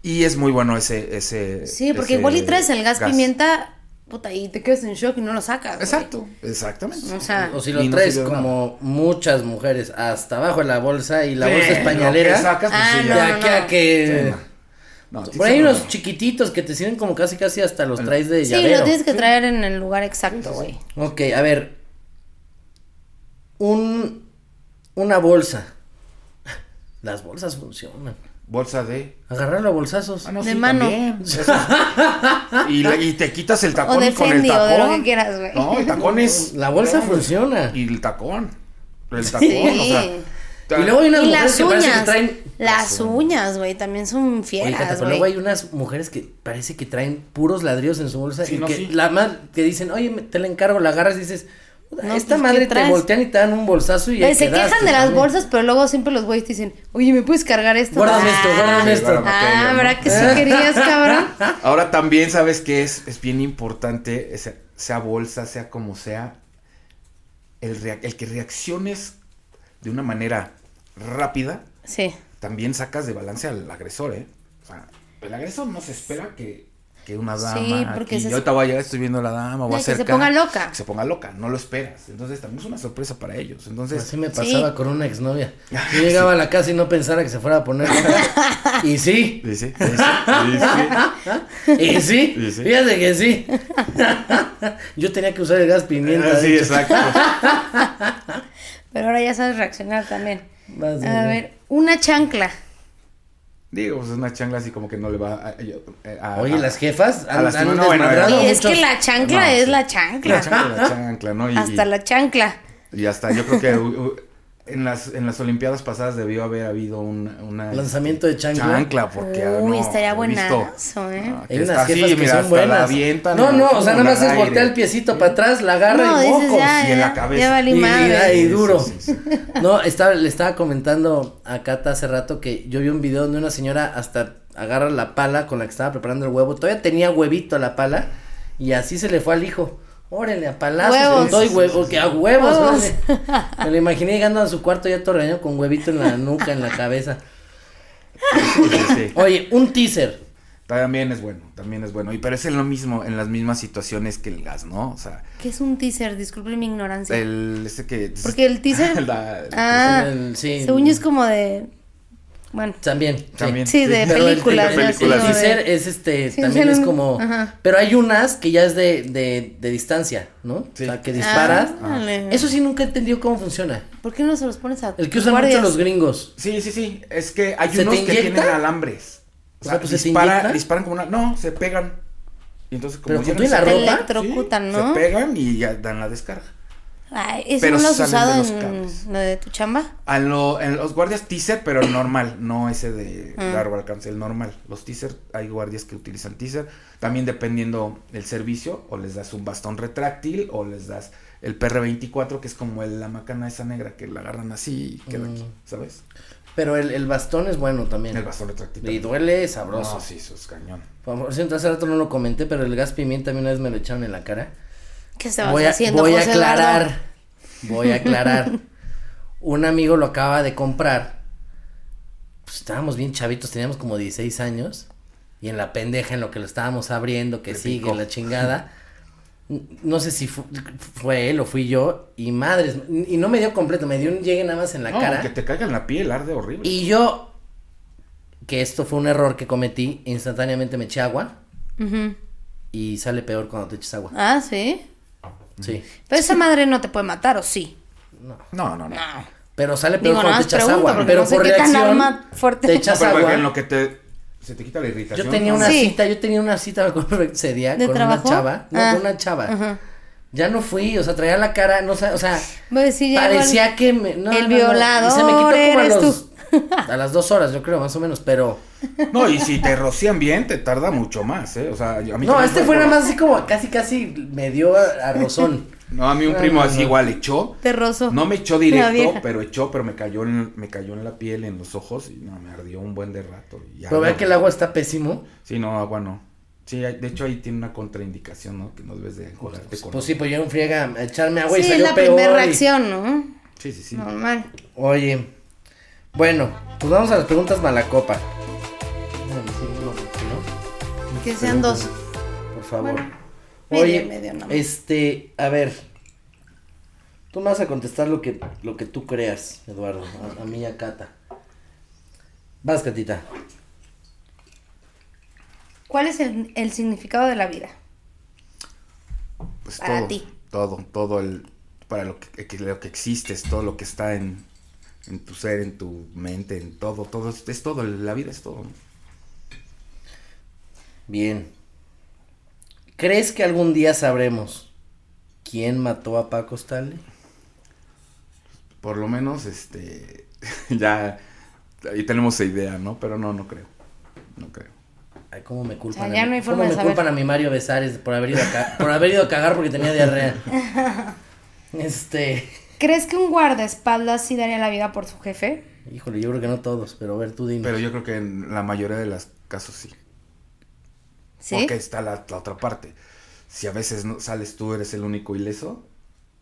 Y es muy bueno ese, ese. Sí, porque ese igual y traes el gas, gas. pimienta, puta, y te quedas en shock y no lo sacas. güey. Exacto, exactamente. O sea, O si lo Y no traes sirvió de como muchas mujeres hasta abajo de la bolsa y la Sí, bolsa lo españolera. que sacas, pues, Ah, sí, De no, ya. aquí a que. No, Por ahí sí, unos no. chiquititos que te sirven como casi casi hasta los traes de sí, llavero. lo tienes que traer en el lugar exacto, güey. Ok, a ver. Un. Una bolsa. Las bolsas funcionan. Bolsa de. Agarrarlo a bolsazos. Ah, no, De mano. también. *laughs* Eso. Y, le- y te quitas el O tacón de con el Fendi, o de lo que tacón. quieras, güey. no, el tacón es. La bolsa funciona. Y el tacón. El tacón, o sea. Sí. Y luego hay unas Y mujeres las que parece que uñas. traen. Las uñas, güey, también son Oye, Cata, fieras, pero luego güey. hay unas mujeres que parece que traen puros ladrillos en su bolsa Sí, y no, que sí. la ma- que dicen, oye, me- te la encargo, la agarras y dices, "Puta, No, esta pues, ¿qué madre te traes?" voltean y te dan un bolsazo y ahí Güey, Se quedaste, quejan de las ¿no? bolsas, pero luego siempre los güeyes te dicen, oye, ¿me puedes cargar esto? Guárdame Ah, esto, guárdame esto. guárdame. Ah, Aquello, ¿no? ¿verdad que sí *laughs* querías, cabrón? Ahora también sabes que es, es bien importante, esa- sea bolsa, sea como sea, el, rea- el que reacciones de una manera rápida, Sí. también sacas de balance al agresor, ¿eh? O sea, el agresor no se espera que, que una Sí, dama. porque aquí, se- yo ahorita voy a llegar, estoy viendo a la dama, voy No, a que se acercar. ponga loca. que se ponga loca, no lo esperas. Entonces también es una sorpresa para ellos. Entonces, Así me *laughs* Sí. pasaba con una *laughs* exnovia. Ah, Yo llegaba a la casa y no pensara que se fuera a poner. *laughs* loca. y sí, dice, dice, dice. y sí, *laughs* Y sí. fíjate que sí. *laughs* Yo tenía que usar el gas pimienta. de Ah, Sí, hecho. exacto. Pero ahora ya sabes reaccionar también. Vas, A mira. ver, una chancla. Digo, pues es una chancla así como que no le va a. a- a- Oye, las jefas A han, las que han no, no, bueno, desmadrado Oye, bueno. Oye, es muchos. que la chancla No, es sí. la chancla. La chancla, la chancla, ¿no? Y, Hasta la chancla. y hasta yo creo que u- u- en las en las Olimpiadas pasadas debió haber habido un una, Lanzamiento de chancla. Chancla, porque ah, Uy, no, estaría he visto- buenazo, ¿eh? Ah, que Hay unas está así, jefas que mira, son hasta la buenas. avientan, no, no, la o sea, nada avientan más al es aire. voltear el piecito para atrás, la agarra No, y dices mocos. ya, y en la ya, cabeza. ya valí Y- madre. ay, Sí, duro. sí, sí, *laughs* No, estaba, le estaba comentando a Cata hace rato que yo vi un video donde una señora hasta agarra la pala con la que estaba preparando el huevo. Todavía tenía huevito la pala y así se le fue al hijo. Órale, a palazos. Huevos. con todo y huevo, que a huevos. Huevos. órale. Me lo imaginé llegando a su cuarto ya todo regañado con huevito en la nuca, en la cabeza. sí, sí, sí. Oye, un teaser. También es bueno, también es bueno. Y pero es en lo mismo, en las mismas situaciones que el gas, ¿no? O sea, ¿Qué es un teaser? Disculpe mi ignorancia. el ese que Porque *laughs* el teaser- *laughs* la- el Ah, el- sí. según yo es como de. Bueno, También. También. sí, *laughs* de Pero el- películas. El, ¿no? de el Así como películas. de- teaser es este, Sí, también sí, es no, no. como, Ajá. pero hay unas que ya es de, de, de distancia, ¿no? Sí. O sea, que Ah, disparas. órale. Eso sí nunca he entendido cómo funciona. ¿Por qué no se los pones a El que usan guardias? mucho los gringos. Sí, sí, sí. Es que hay ¿Se te unos que inyecta? tienen alambres. O sea, pues, ¿se te inyecta? dispara, disparan como una. No, se pegan. Y entonces, como Pero ya con no tú y se la pegan, ropa, electrocutan, sí, ¿no? Se pegan y ya dan la descarga. Ay, ¿Eso Pero no lo has salen usado de los cables. en lo de tu chamba? A lo- en los guardias teaser, pero el normal, no ese de Ah. largo alcance, el normal. Los teaser, hay guardias que utilizan teaser. También dependiendo del servicio, o les das un bastón retráctil, o les das el PR24, que es como el- la macana esa negra que la agarran así y queda Mm. aquí, ¿sabes? Pero el, el bastón es bueno también. El bastón Y retráctil. también. duele No, sabroso. sí, eso es cañón. Por cierto, hace rato no lo comenté, pero el gas pimienta a mí una vez me lo echaron en la cara. ¿Qué se va voy a, haciendo? voy a José aclarar. Eduardo? Voy a aclarar. *laughs* Un amigo lo acaba de comprar. Pues estábamos bien chavitos, teníamos como 16 años. Y en la pendeja, en lo que lo estábamos abriendo, que Le sigue picó. la chingada. n- No sé si fu- fue él o fui yo. Y madres, y no me dio completo, me dio un llegue nada más en la No, cara. que te caiga en la piel, arde horrible. Y yo, que esto fue un error que cometí, instantáneamente me eché agua. Ujú. Y sale peor cuando te echas agua. Ah, sí. Sí. Pero esa madre no te puede matar, ¿o sí? No, no, no. No. Pero sale peor Digo, cuando nada te más echas pregunto, agua. porque Pero no sé por qué tan reacción, arma fuerte. te No, echas pero agua. en lo que te se te quita la irritación. Yo tenía no, una Sí. cita, yo tenía una cita me acuerdo, ese día ¿De con trabajo? una chava, no, Ah. con una chava. Ajá. Ya no fui, o sea, traía la cara, no sé, o sea, Voy a decir, ya parecía igual- que me, no, no, el no, y se me violador quitó eres como a tú. los- a las dos horas, yo creo, más o menos, pero No, y si te rocían bien, te tarda mucho más, ¿eh? O sea, yo- a mí no, también este me fue nada acuerdo. más así como casi casi me dio a, a rozón. No, a mí un primo así igual echó. Te rozó. No me echó La vieja. directo, pero echó, pero me cayó en, me cayó en la piel, en los ojos, y no, me ardió un buen de rato. y ya Pero vea no. que el agua está pésimo. Sí, no, agua no. Sí, hay- de hecho ahí tiene una contraindicación, ¿no? Que no debes de enjugarte con Pues sí, pues yo era un friega a echarme agua y sí, es salió la peor. primera y- reacción, ¿no? Sí, sí, sí. Normal. Oye, bueno, pues vamos a las preguntas malacopa. ¿no? Que sean dos. Por favor. Bueno, medio, Oye, medio nomás. este, a ver. Tú me vas a contestar lo que, lo que tú creas, Eduardo, a, a mí y a Cata. Vas, Catita. ¿Cuál es el, el significado de la vida? Pues Para todo, ti. Todo, todo el, para lo que, que- lo que existes, todo lo que está en, en tu ser, en tu mente, en todo, todo, es, es todo, la vida es todo. ¿no? Bien. ¿Crees que algún día sabremos quién mató a Paco Stanley? Por lo menos, este, *laughs* ya, ahí tenemos esa idea, ¿no? Pero no, no creo, no creo. Ay, cómo me culpan. O sea, ya a no mí- hay cómo forma de me saber. culpan a mi Mario Besares por haber ido a, ca- por haber ido a cagar porque tenía *laughs* diarrea. Este, ¿Crees que un guardaespaldas sí daría la vida por su jefe? híjole, yo creo que no todos, pero a ver, tú dime. Pero yo creo que en la mayoría de los casos sí. Sí. Porque está la, la otra parte. Si a veces no sales tú, eres el único ileso,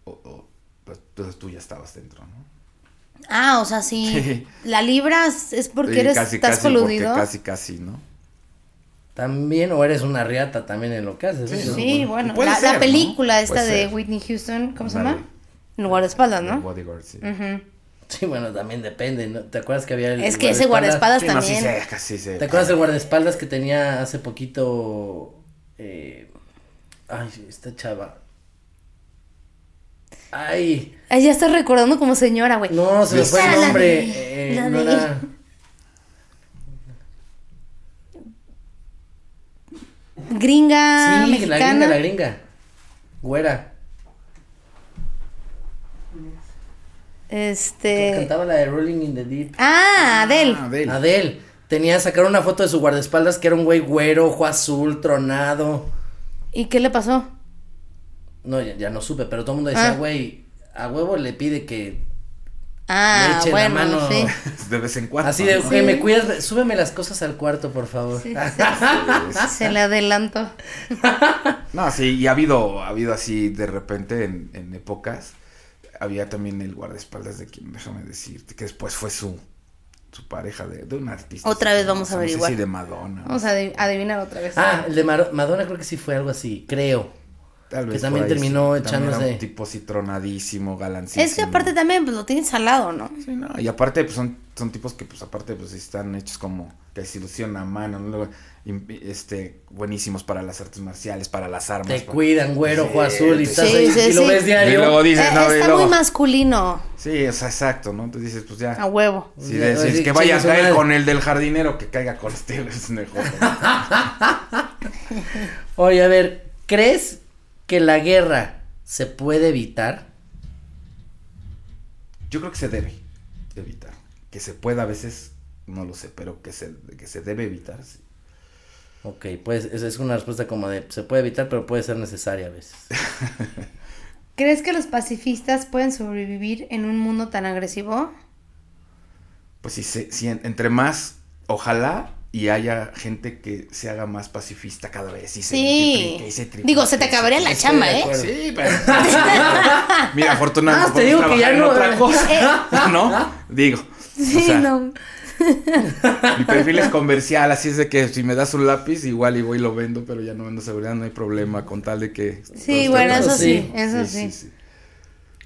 o, o- pues, entonces tú ya estabas dentro, ¿no? Ah, o sea, sí. *laughs* Sí. La libras es porque Y eres, casi, estás casi, porque coludido. Casi, casi, ¿no? También, o eres una riata también en lo que haces. ¿eh? Sí, bueno. Puede la, la ser, ¿no? película esta Puede de ser. Whitney Houston, ¿cómo se Ándale. llama? El guardaespaldas, El ¿no? bodyguard, sí. Sí, bueno, también depende, ¿no? ¿Te acuerdas que había el Es que ese guardaespaldas Sí, no, sí también. se- casi se- ¿Te acuerdas del guardaespaldas que tenía hace poquito eh, ay, esta chava? Ay, Ay, ya estás recordando como señora, güey. no, se me Sí. fue Ah, el la nombre. de- eh, la no de- era- Gringa, Sí, la mexicana. gringa, la gringa. Güera. Este. Cantaba la de Rolling in the Deep. Ah, Adele. Ah, Adele. Adel. Tenía sacar una foto de su guardaespaldas que era un güey güero, ojo azul, tronado. ¿Y qué le pasó? No, ya, ya no supe, pero todo el mundo decía, Ah. güey, a huevo le pide que Ah, Le eche la bueno, mano. *laughs* sí. De vez en cuando. Así de, ¿no? "Güey, me cuidas, súbeme las cosas al cuarto, por favor. *laughs* Se le adelanto. No, sí, y ha habido, ha habido así de repente en, en épocas. Había también el guardaespaldas de quien, déjame decirte, que después fue su, su pareja de, de un artista. Otra vez vamos a no sé averiguar. si de Madonna. Vamos a adiv- adivinar otra vez. Ah, el de Mar- Madonna creo que sí fue algo así, creo. Tal que vez también por ahí terminó sí, también era echándose- un tipo citronadísimo, galancísimo. es que aparte también pues, lo tienes al lado, ¿no? Sí, no, y aparte, pues son, son tipos que, pues aparte, pues están hechos como te desilusiona a mano, ¿no? Luego, im- este, buenísimos para las artes marciales, para las armas. Te para- cuidan, güero, ojo Sí, azul, y sí, estás ahí, sí, y lo sí. ves diario. Y luego dices, Eh, no, y está luego- muy masculino, Sí, o sea, exacto, ¿no? Entonces dices, pues a ya. huevo. Si de- si es Sí, que vaya a chingue su caer madre. con el del jardinero, que caiga con este, es mejor. Oye, a ver, ¿crees que la guerra se puede evitar? Yo creo que se debe evitar. Que se pueda a veces, no lo sé, pero que se, que se debe evitar. sí. Ok, pues esa es una respuesta como de, se puede evitar, pero puede ser necesaria a veces. ¿Crees que los pacifistas pueden sobrevivir en un mundo tan agresivo? Pues sí, se- sí, en- entre más, ojalá y haya gente que se haga más pacifista cada vez. Y se Sí. multiplique, y se triplique, Digo, se te y acabaría la Estoy chamba, de ¿eh? acuerdo. Sí, pero. *laughs* Mira, afortunadamente. Ah, te digo podemos que ya trabajar no- en otra cosa, ¿no? Digo. Sí, o sea, no. Mi perfil es comercial, así es de que si me das un lápiz, igual y voy y lo vendo, pero ya no vendo seguridad, no hay problema, con tal de que. Sí, todo bueno, esté- eso sí, Sí, eso sí.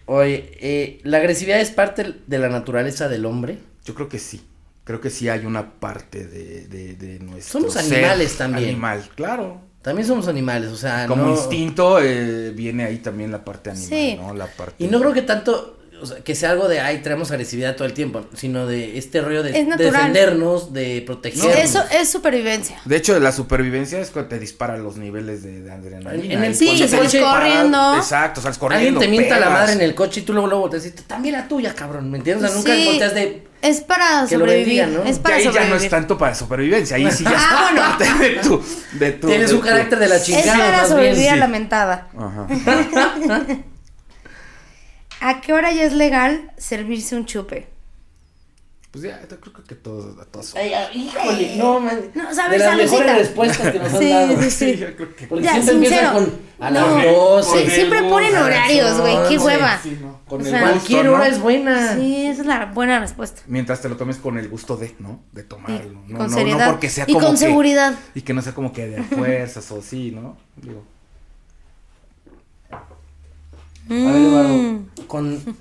Oye, eh, ¿la agresividad es parte de la naturaleza del hombre? Yo creo que sí. Creo que sí hay una parte de, de, de nuestro. Somos ser animales también. Animal, claro. También somos animales, o sea, Como no- instinto eh, viene ahí también la parte animal, Sí. ¿no? La parte Y no creo que tanto, o sea, que sea algo de, ay, traemos agresividad todo el tiempo, sino de este rollo de, Es de natural. defendernos, de Sí, protegernos. Eso es supervivencia. De hecho, la supervivencia es cuando te dispara los niveles de, de adrenalina. En- en el Y sí, cuando te sales disparan- corriendo. Exacto, sales Alguien corriendo. te mienta la pegas. madre en el coche y tú luego luego volteas y dices, también la tuya, cabrón, ¿me entiendes? O sea, nunca Sí, volteas de... Es para Que lo sobrevivir. bendiga, ¿no? Es Y para ahí ya sobrevivir. no es tanto para supervivencia, ahí sí ya es parte de tu, de tu- Tienes de un tu- carácter de la Es chingada, para más sobrevivir bien. a la Sí. mentada. Ajá. ¿A qué hora ya es legal servirse un chupe? Pues ya, yo creo que todos, a todos. Ay, ay, híjole, no, man. No, ¿sabes, de las Alucita? mejores respuestas que nos han Sí, dado. sí, sí. yo creo que Porque Ya, siempre empiezan sincero. con a No. las 12. Con el Siempre ponen gusto, horarios, güey. Qué sí, hueva. sí, no, Con O el sea, gusto, Cualquier ¿no? hora es buena. Sí, esa es la buena respuesta. Mientras te lo tomes con el gusto de, ¿no? De tomarlo. Y no, con no, seriedad. no porque sea Y como con que- seguridad. *laughs* Y que no sea como que de a fuerzas o sí, ¿no? Digo. Mm. A ver, Eduardo, con,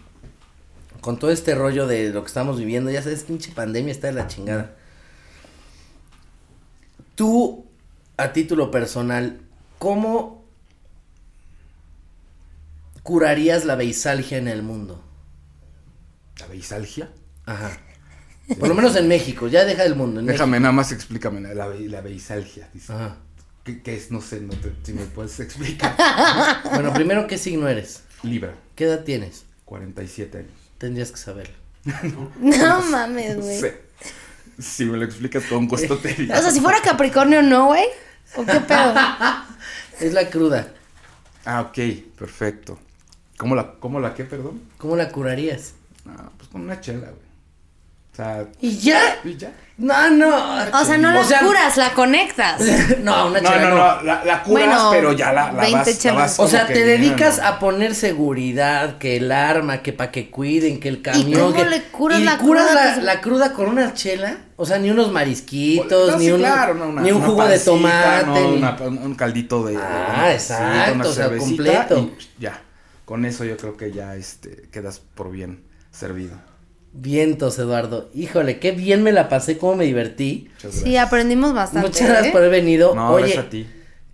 con todo este rollo de lo que estamos viviendo, ya sabes, pinche pandemia está de la chingada. Tú, a título personal, ¿cómo curarías la beisalgia en el mundo? La beisalgia. Ajá. Por lo menos en México, ya deja el mundo. En Déjame, nada más explícame la, la, be- la beisalgia, México. dice. Ajá. ¿Qué, qué es? No sé, no te- si me puedes explicar. Bueno, primero, ¿qué signo eres? Libra, ¿Qué edad tienes? 47 años. Tendrías que saberlo. No mames, güey. Sí. Si me lo explicas con costo te digo. O sea, si fuera Capricornio, no, güey. ¿O qué pedo? Es la cruda. Ah, ok, perfecto. ¿Cómo la, cómo la qué, perdón? ¿Cómo la curarías? Ah, pues con una chela, güey. O sea, ¿Y ya? y ya. No, no. O sea, no O la sea, curas, la conectas. *laughs* No, una No, chela no, no. no, la, la curas, Bueno, pero ya la, la 20 vas, la chelas. vas O sea, como te que dedicas llenando. a poner seguridad, que el arma, que para que cuiden, que el camión. cómo que- le curas ¿Y la curas cruda la, que se- la cruda con una chela? O sea, ni unos marisquitos, Pues, No, ni, sí, un, claro, no, una- ni un una jugo de pancita, tomate. no, ni- una- un- un caldito de. de- Ah, una exacto, pancita, o sea, cervecita completo. y ya. Con eso yo creo que ya este, quedas por bien servido. Vientos, Eduardo. Híjole, qué bien me la pasé, cómo me divertí. Muchas gracias. Sí, aprendimos bastante. Muchas gracias ¿eh? por haber venido. No, Oye, gracias a ti.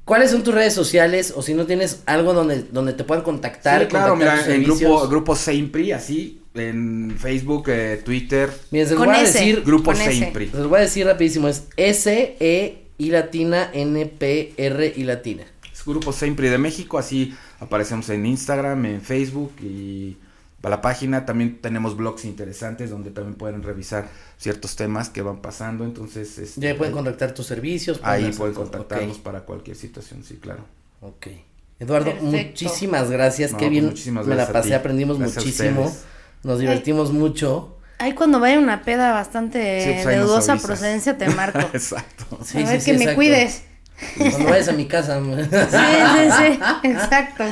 ¿cuáles son tus redes sociales? O si no tienes algo donde, donde te puedan contactar, Sí, claro, contactar mira, tus en servicios. grupo, grupo Seimpri, así, en Facebook, eh, Twitter, Miren, se los Con voy a ese. decir. grupo Con ese. Seimpri. Se los voy a decir rapidísimo, es S, E, I latina, N, P, R, I latina. Es grupo Seimpri de México, así aparecemos en Instagram, en Facebook y para la página también tenemos blogs interesantes donde también pueden revisar ciertos temas que van pasando, entonces este, Ya pueden contactar tus servicios. ahí hacer pueden todo. contactarnos para cualquier situación, sí, claro. Ok. ok. Eduardo, Perfecto. muchísimas gracias. No, Qué pues bien muchísimas me la gracias a pasé, ti. aprendimos Gracias a muchísimo. ustedes. Nos divertimos mucho. Ay, cuando vaya una peda bastante Sí, pues ahí Eh, de nos dudosa avisas. procedencia, te marco. *laughs* Exacto. *laughs* Sí, a sí, ver sí, que me exacto. cuides. *laughs* Cuando vayas a mi casa. Sí, sí, sí. *laughs* Exacto.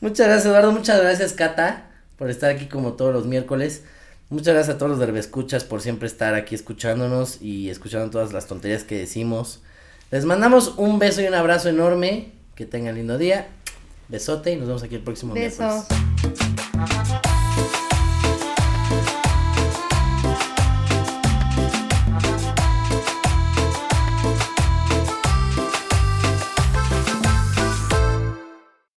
Muchas gracias, Eduardo. Muchas gracias, Cata, por estar aquí como todos los miércoles. Muchas gracias a todos los derbescuchas por siempre estar aquí escuchándonos y escuchando todas las tonterías que decimos. Les mandamos un beso y un abrazo enorme. Que tengan lindo día. Besote y nos vemos aquí el próximo Besos. miércoles.